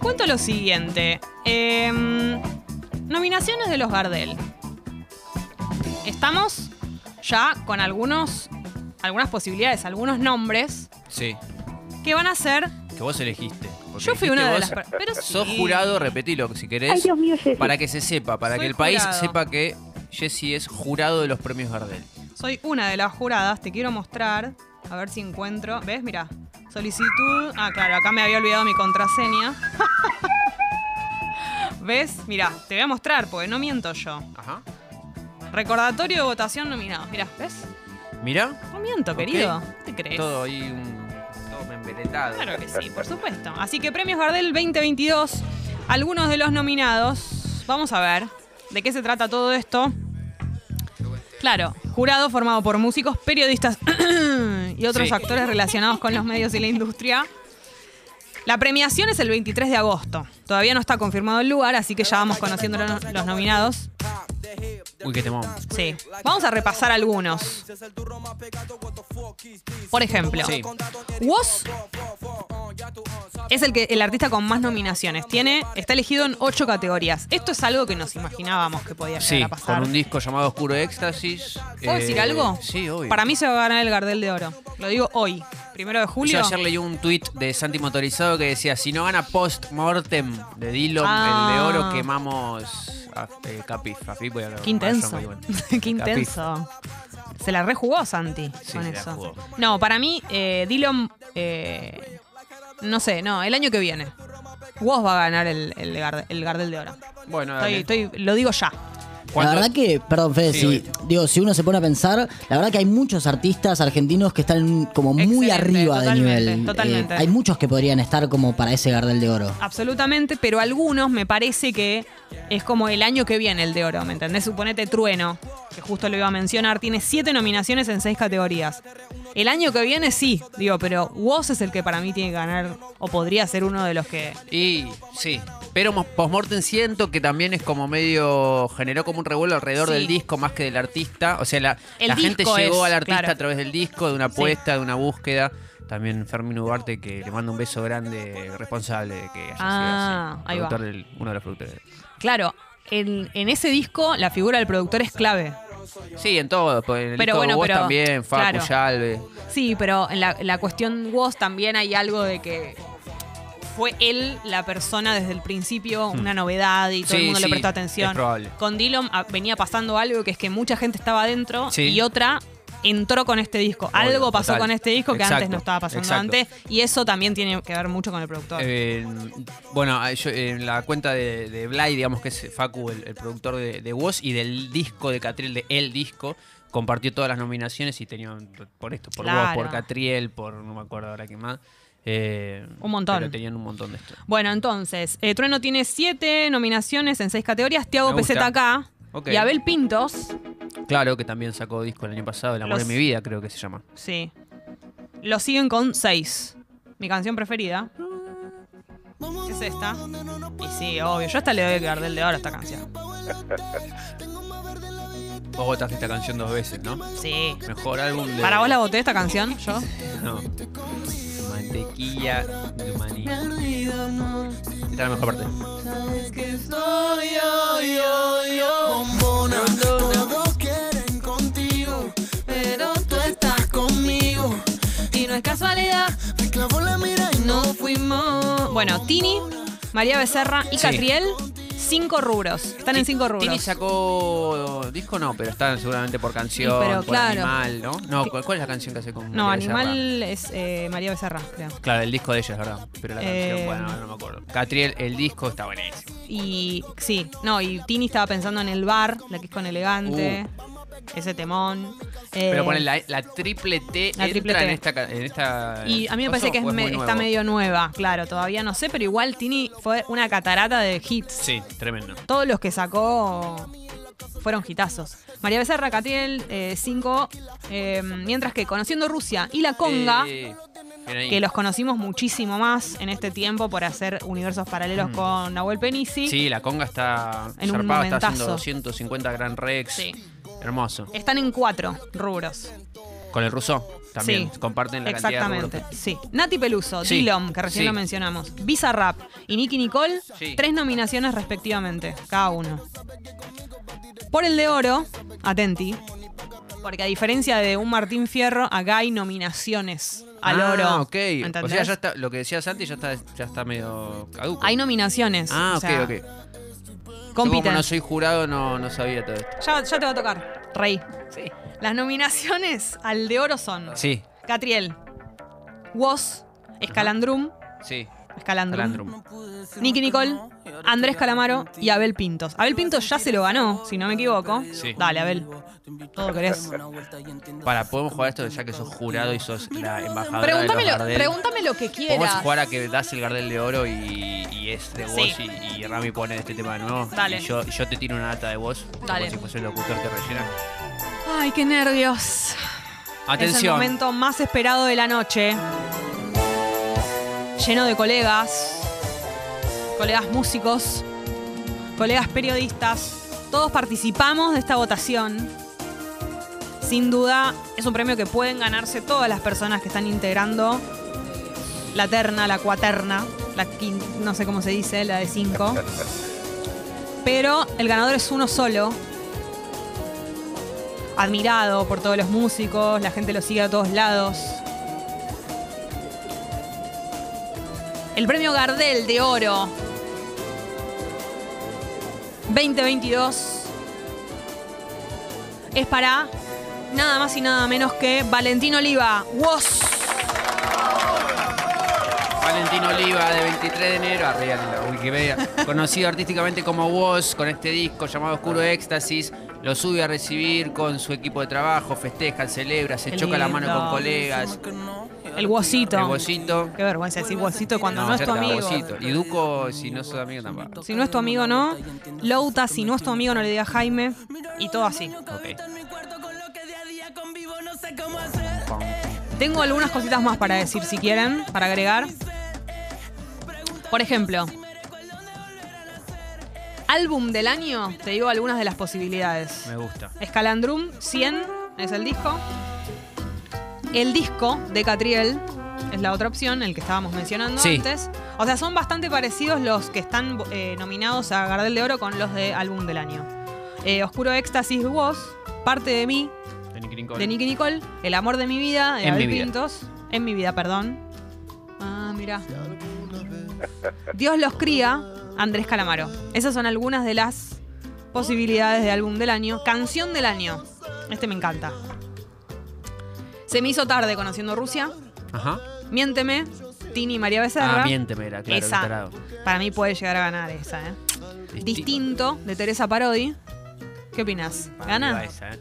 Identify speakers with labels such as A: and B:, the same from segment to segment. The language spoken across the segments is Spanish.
A: cuento lo siguiente. Em, nominaciones de los Gardel. Estamos ya con algunos, algunas posibilidades, algunos nombres
B: Sí,
A: que van a ser.
B: que vos elegiste. porque
A: Yo fui
B: dijiste
A: una de
B: vos,
A: las. per- Pero sí.
B: Sos jurado, repetilo si querés.
C: Ay, Dios mío, Jessy.
B: Para que se sepa, para
A: Soy
B: que el país
A: jurado.
B: sepa que Jessy es jurado de los premios Gardel.
A: Soy una de las juradas, te quiero mostrar. A ver si encuentro. ¿Ves? Mira. Solicitud. Ah, claro, acá me había olvidado mi contraseña. ¿Ves? Mira, te voy a mostrar porque no miento yo.
B: Ajá.
A: Recordatorio de votación nominado. Mira, ¿ves?
B: Mirá,
A: No miento,
B: Ok.
A: querido. ¿Qué te crees?
B: todo ahí un. Todo membeletado.
A: Claro que sí, por supuesto. Así que Premios Gardel 2022. Algunos de los nominados. Vamos a ver de qué se trata todo esto. Claro, jurado formado por músicos, periodistas y otros
B: Sí.
A: actores relacionados con los medios y la industria. La premiación es el 23 de agosto. Todavía no está confirmado el lugar, así que ya vamos conociendo lo- los nominados.
B: Uy, qué temón.
A: Sí. Vamos a repasar algunos. Por ejemplo,
B: Sí.
A: Woz es el, que, el artista con más nominaciones. Tiene, está elegido en ocho categorías. Esto es algo que nos imaginábamos que podía llegar
B: Sí,
A: a pasar.
B: con un disco llamado Oscuro Éxtasis.
A: ¿Puedo
B: eh,
A: decir algo?
B: Sí, obvio.
A: Para mí se va a ganar el Gardel de Oro. Lo digo hoy, primero de
B: Yo
A: julio.
B: ayer leí un tuit de Santi Motorizado que decía, si no gana post-mortem de Dillon, el de
A: Ah.
B: oro, quemamos a eh, Capif. A Fif voy a hablar
A: Qué
B: con Marzo,
A: intenso.
B: muy bueno.
A: Qué
B: Capif.
A: intenso. Se la rejugó Santi
B: Sí,
A: con
B: se la
A: eso.
B: jugó.
A: No, para mí, eh, Dillon. eh, no sé, no, el año que viene. Vos va a ganar el, el Gardel, el Gardel de Oro.
B: Bueno,
A: Estoy,
B: dale.
A: estoy- lo digo ya.
B: Cuando-
D: La verdad que, perdón Fede,
B: Sí,
D: si-
B: oye.
D: digo, si uno se pone a pensar, la verdad que hay muchos artistas argentinos que están como muy
A: Excelente,
D: arriba de
A: totalmente,
D: nivel. Eh,
A: totalmente.
D: hay muchos que podrían estar como para ese Gardel de Oro.
A: Absolutamente, pero algunos me parece que es como el año que viene el de oro, ¿me entendés? Suponete Trueno, que justo lo iba a mencionar, tiene siete nominaciones en seis categorías. El año que viene sí, digo, pero Woz es el que para mí tiene que ganar, o podría ser uno de los que...
B: Y sí, pero mo- post-mortem siento que también es como medio. generó como un revuelo alrededor
A: Sí.
B: del disco más que del artista. O sea, la,
A: El
B: la gente
A: disco
B: llegó
A: es,
B: al artista
A: claro.
B: a través del disco, de una apuesta, de una búsqueda. También Fermín Ugarte, que le manda un beso grande, responsable de que haya
A: Ah,
B: sido así.
A: ahí va.
B: productor del- uno de los productores.
A: Claro, en, en ese disco la figura del productor es clave.
B: Sí, en todo. pues, En el
A: Pero
B: disco de
A: bueno,
B: Vos
A: pero-
B: también, Facu,
A: claro.
B: Yalve.
A: Sí, pero en la, la cuestión Woz también hay algo de que fue él la persona desde el principio, una novedad y todo el
B: Hmm. Sí,
A: mundo le
B: sí,
A: prestó atención.
B: es probable.
A: Con Dillon ah, venía pasando algo que es que mucha gente estaba adentro
B: Sí.
A: y otra entró con este disco.
B: Obvio,
A: algo pasó
B: total.
A: con este disco que antes
B: Exacto,
A: no estaba pasando
B: exacto.
A: antes y eso también tiene que ver mucho con el productor.
B: Eh, bueno, ah, yo, en la cuenta de, de Blay, digamos que es Facu, el, el productor de, de Woz y del disco de Catriel, de El Disco, compartió todas las nominaciones y tenía por esto, por
A: Claro.
B: Woz, por Catriel, por no me acuerdo ahora qué más. eh,
A: Un montón.
B: Pero tenían un montón de esto.
A: Bueno, entonces, eh, Trueno tiene siete nominaciones en seis categorías, Tiago
B: Me gusta.
A: PZK
B: Ok.
A: y Abel Pintos.
B: Claro que también sacó disco el año pasado, El amor
A: Los-
B: de mi vida, creo que se llama.
A: Sí. Lo siguen con 6. Mi canción preferida. ¿Qué es esta? Y sí, obvio. Yo hasta le doy el Gardel de Oro a esta canción.
B: Vos votaste esta canción dos veces, ¿no?
A: Sí.
B: Mejor álbum de.
A: ¿Para vos la voté esta canción? Yo.
B: No. Mantequilla de maní. Esta es la mejor parte.
E: Todos quieren contigo, pero tú estás conmigo.
A: Y no es casualidad,
E: Me clavó la mira y no.
A: fuimos. Bueno, Tini, María Becerra y
B: Sí.
A: Catriel. Cinco rubros. Están en cinco rubros.
B: Tini sacó disco no, pero están seguramente por canción,
A: Sí, pero
B: por
A: claro.
B: animal, ¿no? No, ¿cuál, cuál es la canción que hace con
A: No,
B: María Becerra?
A: Animal es eh, María Becerra, creo.
B: Claro, el disco de ella es verdad, pero la canción,
A: Eh,
B: bueno, no me acuerdo. Catriel, el disco está buenísimo.
A: Y sí, no, y Tini estaba pensando en el bar, la que es con elegante, ese temón. Eh,
B: Uh. Pero ponen la, la triple T
A: la
B: entra
A: triple T.
B: en esta ca- en esta
A: Y a mí me parece
B: coso,
A: que es
B: o
A: me-
B: muy
A: está
B: nuevo?
A: medio nueva, claro, todavía no sé, pero igual Tini fue una catarata de hits.
B: Sí, tremendo.
A: Todos los que sacó fueron hitazos. María Becerra, Catiel, 5, mientras que Conociendo Rusia y La Conga,
B: Eh, bien ahí.
A: que los conocimos muchísimo más en este tiempo por hacer universos paralelos con Nahuel Penisi,
B: Mm. Sí, la conga está
A: En un
B: zarpada, está haciendo
A: momentazo.
B: 250 Gran Rex.
A: Sí.
B: Hermoso.
A: están en cuatro rubros.
B: Con el ruso. También
A: Sí.
B: comparten la
A: Exactamente,
B: cantidad de rubros.
A: sí. Nati Peluso,
B: Sí.
A: Dillom, que recién
B: Sí.
A: lo mencionamos, Visa Rap y Nicky Nicole,
B: Sí.
A: tres nominaciones respectivamente, cada uno. Por el de oro, atenti, porque a diferencia de un Martín Fierro, acá hay nominaciones al
B: Ah,
A: oro.
B: ok. O
A: ¿entendés?
B: sea, ya está, lo que decías antes ya está, ya está medio caduco.
A: Hay nominaciones.
B: Ah,
A: o
B: ok,
A: sea,
B: ok. Yo
A: Compiten.
B: Como no soy jurado, no, no sabía todo esto.
A: Ya, ya te va a tocar, Rey.
B: Sí.
A: Las nominaciones al de oro son
B: Sí,
A: Catriel, Woz, Escalandrum,
B: sí.
A: Escalandrum,
B: Talandrum.
A: Nicky Nicole, Andrés Calamaro y Abel Pintos. Abel Pintos ya se lo ganó, si no me equivoco.
B: Sí.
A: Dale, Abel. Todo querés.
B: Para, podemos jugar esto ya que sos jurado y sos la embajadora de los
C: Pregúntame
B: Gardel?
C: lo, pregúntame lo que
B: Podemos
C: quieras.
B: jugar a que das el Gardel de Oro y, y es de vos
A: Sí.
B: y, y Rami pone este tema de nuevo.
A: Dale.
B: Y yo, yo te tiro una data de vos.
C: Dale.
B: Como si fuese el locutor que rellena.
A: Ay, qué nervios. Es el
B: Atención.
A: momento más esperado de la noche. Lleno de colegas, colegas músicos, colegas periodistas. Todos participamos de esta votación. Sin duda, es un premio que pueden ganarse todas las personas que están integrando la terna, la cuaterna, la quin- no sé cómo se dice, la de cinco. Pero el ganador es uno solo, admirado por todos los músicos, la gente lo sigue a todos lados. El premio Gardel de Oro 2022 es para nada más y nada menos que Valentín Oliva. ¡Wos!
B: Valentín Oliva, de 23 de enero, arriba en la Wikipedia, conocido artísticamente como Woz, con este disco llamado Oscuro Éxtasis, lo sube a recibir con su equipo de trabajo, festejan, celebra, se
A: Qué
B: choca la mano con
A: lindo.
B: colegas,
A: El Wosito.
B: el Wozito.
A: Qué vergüenza decir Wosito cuando no, es tu
B: cerca,
A: amigo.
B: Wozito. Y Duco, si no sos amigo, tampoco.
A: Si no es tu amigo, no. Louta, si no es tu amigo, no le digas Jaime. Y todo así.
B: Ok.
A: Tengo algunas cositas más para decir si quieren, para agregar. Por ejemplo, álbum del año, te digo algunas de las posibilidades.
B: Me gusta.
A: Escalandrum 100 es el disco. El disco de Catriel es la otra opción, el que estábamos mencionando
B: Sí.
A: antes. O sea, son bastante parecidos los que están eh, nominados a Gardel de Oro con los de álbum del año. Eh, Oscuro Éxtasis Voz, Parte de mí,
B: De Nicky Nicole.
A: de Nicky Nicole, El amor de mi vida, de
B: En
A: Abel
B: mi vida.
A: Pintos. En mi vida, perdón. Ah, mira. Dios los cría, Andrés Calamaro. Esas son algunas de las posibilidades de álbum del año. Canción del año. Este me encanta. Se me hizo tarde conociendo Rusia.
B: Ajá.
A: Miénteme, Tini y María Becerra.
B: Ah, miénteme, era claro. qué
A: esa.
B: tarado.
A: Para mí puede llegar a ganar esa, ¿eh?
B: Disti-
A: Distinto, de Teresa Parodi. ¿Qué opinas?
B: Para mí va
A: ¿Gana?
B: esa, ¿eh?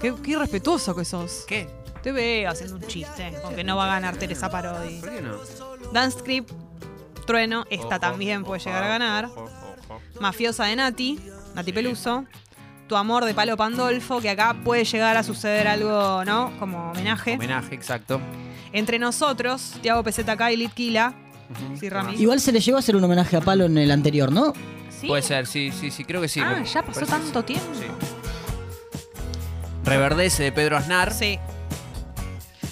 A: Qué, qué irrespetuoso que sos.
B: ¿Qué?
A: Te veo haciendo un chiste, porque no va a ganar Teresa Parodi.
B: ¿Por qué no?
A: Dance Script, Trueno, esta
B: Ojo,
A: también puede
B: ojo,
A: llegar a ganar.
B: ojo, ojo.
A: Mafiosa de Nati, Nati Peluso. Tu amor de Palo Pandolfo, que acá puede llegar a suceder algo, ¿no? Como homenaje.
B: Homenaje, exacto.
A: Entre nosotros, Tiago Peseta acá y Litquila. Sí, Rami.
D: Igual se le llegó a hacer un homenaje a Palo en el anterior, ¿no?
A: ¿Sí?
B: Puede ser, sí, sí, sí, creo que sí.
A: Ah,
B: me-
A: ya pasó
B: parece que
A: tanto
B: sí.
A: tiempo.
B: Sí. Reverdece de Pedro Aznar.
A: Sí.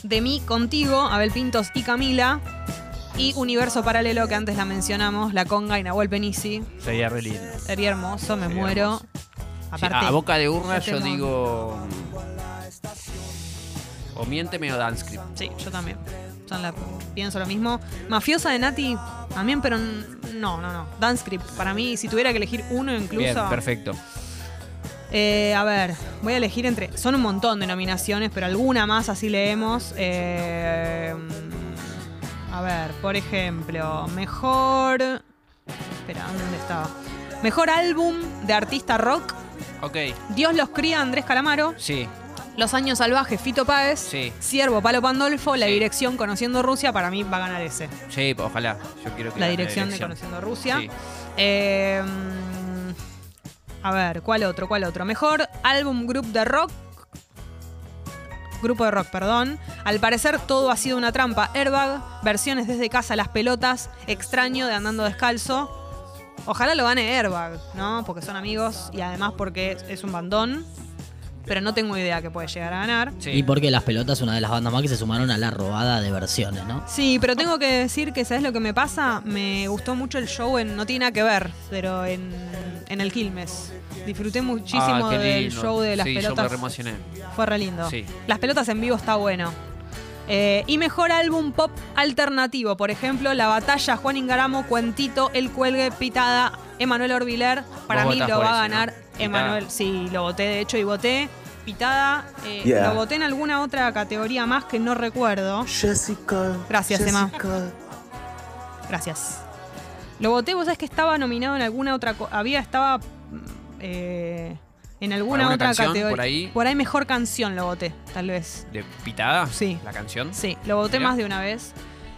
A: De mí, contigo, Abel Pintos y Camila. Y Universo Paralelo, que antes la mencionamos, La Conga y Nahuel Penisi.
B: Sería re lindo. Sí,
A: Sería hermoso, me
B: Sería
A: muero.
B: hermoso. ah, a, a boca de urna
A: ese
B: yo
A: temón.
B: digo... O miénteme o Danscript.
A: Sí, yo también. Son la- pienso lo mismo. Mafiosa de Nati, también, pero n- no, no, no. Dance Script. Para mí, si tuviera que elegir uno incluso.
B: Bien, perfecto.
A: Eh, a ver, voy a elegir entre. Son un montón de nominaciones, pero alguna más así leemos. Eh, a ver, por ejemplo, mejor. Espera, ¿dónde estaba? Mejor álbum de artista rock.
B: Ok,
A: Dios los cría, Andrés Calamaro.
B: sí.
A: Los años salvajes, Fito Páez.
B: Sí.
A: Siervo, Palo Pandolfo. La dirección Conociendo Rusia, para mí va a ganar ese.
B: Sí, ojalá. Yo quiero que
A: La
B: gane
A: dirección de
B: elección.
A: Conociendo Rusia.
B: Sí.
A: Eh, mm, a ver, ¿cuál otro? ¿Cuál otro? Mejor álbum group de rock. Grupo de rock, perdón. Al parecer todo ha sido una trampa. Airbag, versiones desde casa, las pelotas, extraño de andando descalzo. Ojalá lo gane Airbag, ¿no? Porque son amigos y además porque es un bandón. pero no tengo idea que puede llegar a ganar.
B: Sí.
D: Y porque Las Pelotas es una de las bandas más que se sumaron a la robada de versiones, ¿no?
A: Sí, pero tengo que decir que, ¿sabes lo que me pasa? Me gustó mucho el show en. No tiene nada que ver, pero en, en el Quilmes. Disfruté muchísimo
B: Ah, qué
A: del
B: lindo.
A: show de las
B: sí, Yo me
A: pelotas.
B: re emocioné.
A: Fue re lindo.
B: Sí.
A: Las pelotas en vivo está bueno. Eh, y mejor álbum pop alternativo, por ejemplo, La Batalla, Juan Ingaramo, Cuentito, El Cuelgue, Pitada, Emanuel Orbiler. Para
B: Vos
A: mí
B: votás
A: lo
B: por
A: va a
B: ese, ¿no?
A: ganar
B: Pitada.
A: Emanuel. Sí, lo voté de hecho y voté. Pitada, eh,
C: Yeah.
A: lo voté en alguna otra categoría más que no recuerdo.
E: Jessica.
A: Gracias, Emma.
E: Jessica.
A: Gracias. Lo voté, vos sabés que estaba nominado en alguna otra. co- Había, estaba. mm, eh, en alguna
B: ¿Alguna
A: otra
B: canción
A: categoría.
B: por ahí?
A: por ahí mejor canción lo voté, tal vez.
B: ¿De pitada?
A: Sí.
B: ¿La canción?
A: Sí, lo voté
B: Mirá.
A: más de una vez.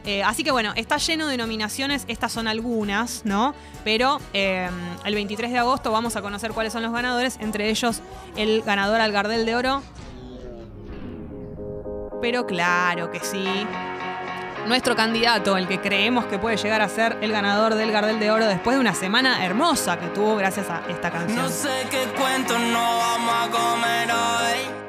A: Eh, así que bueno, está lleno de nominaciones, estas son algunas, ¿no? Pero eh, el 23 de agosto vamos a conocer cuáles son los ganadores, entre ellos el ganador al Gardel de Oro. Pero claro que sí. Nuestro candidato, el que creemos que puede llegar a ser el ganador del Gardel de Oro después de una semana hermosa que tuvo gracias a esta canción.
F: No sé qué cuento no vamos a comer hoy.